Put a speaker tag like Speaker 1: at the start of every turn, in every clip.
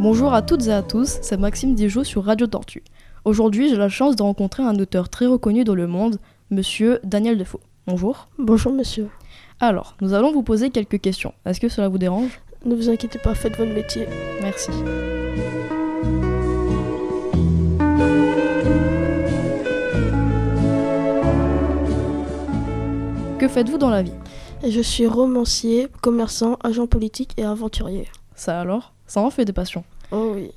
Speaker 1: Bonjour à toutes et à tous, c'est Maxime Dijot sur Radio Tortue. Aujourd'hui, j'ai la chance de rencontrer un auteur très reconnu dans le monde, monsieur Daniel Defoe. Bonjour.
Speaker 2: Bonjour monsieur.
Speaker 1: Alors, nous allons vous poser quelques questions. Est-ce que cela vous dérange
Speaker 2: Ne vous inquiétez pas, faites votre métier.
Speaker 1: Merci. Que faites-vous dans la vie
Speaker 2: Je suis romancier, commerçant, agent politique et aventurier.
Speaker 1: Ça alors Ça en fait des passions.
Speaker 2: Oh oui.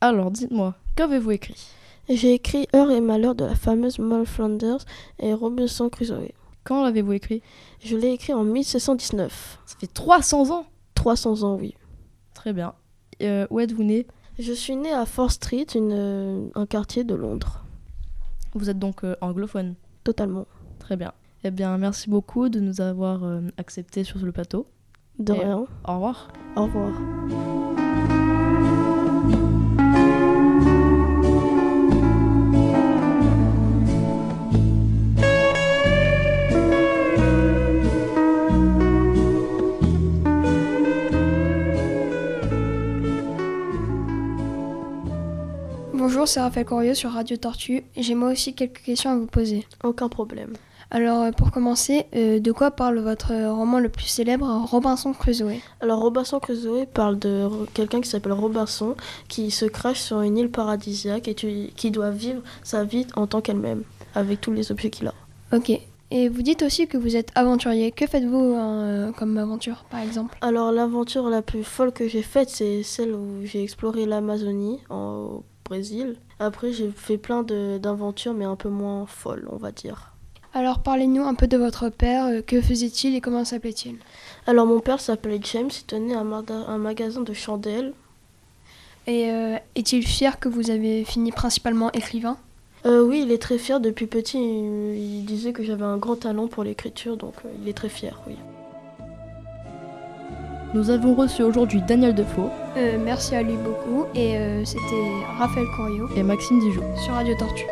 Speaker 1: Alors, dites-moi, qu'avez-vous écrit
Speaker 2: J'ai écrit Heure et malheur de la fameuse Moll Flanders et Robinson Crusoe.
Speaker 1: Quand l'avez-vous écrit
Speaker 2: Je l'ai écrit en 1719.
Speaker 1: Ça fait 300 ans
Speaker 2: 300 ans, oui.
Speaker 1: Très bien. Euh, où êtes-vous né
Speaker 2: Je suis né à Fort Street, une, euh, un quartier de Londres.
Speaker 1: Vous êtes donc euh, anglophone.
Speaker 2: Totalement.
Speaker 1: Très bien. Eh bien, merci beaucoup de nous avoir euh, acceptés sur le plateau.
Speaker 2: De
Speaker 1: Et
Speaker 2: rien.
Speaker 1: Au revoir.
Speaker 2: Au revoir.
Speaker 3: Bonjour, c'est Raphaël Corieux sur Radio Tortue. J'ai moi aussi quelques questions à vous poser.
Speaker 2: Aucun problème.
Speaker 3: Alors, euh, pour commencer, euh, de quoi parle votre euh, roman le plus célèbre, Robinson Crusoe
Speaker 2: Alors Robinson Crusoe parle de ro- quelqu'un qui s'appelle Robinson qui se crache sur une île paradisiaque et tu- qui doit vivre sa vie en tant qu'elle-même avec tous les objets qu'il a.
Speaker 3: Ok. Et vous dites aussi que vous êtes aventurier. Que faites-vous hein, euh, comme aventure, par exemple
Speaker 2: Alors l'aventure la plus folle que j'ai faite, c'est celle où j'ai exploré l'Amazonie en- au Brésil. Après j'ai fait plein de- d'aventures mais un peu moins folles on va dire.
Speaker 3: Alors, parlez-nous un peu de votre père. euh, que faisait-il et comment s'appelait-il
Speaker 2: Alors mon père s'appelait James, il tenait un, marda- un magasin de chandelles.
Speaker 3: Et euh, est-il fier que vous avez fini principalement écrivain
Speaker 2: Euh, oui il est très fier depuis petit, il, il disait que j'avais un grand talent pour l'écriture donc euh, il est très fier oui.
Speaker 1: Nous avons reçu aujourd'hui Daniel Defoe
Speaker 3: Euh, Merci à lui beaucoup. Et euh, c'était Raphaël Corieux
Speaker 1: et Maxime Dijou.
Speaker 3: sur Radio Tortue.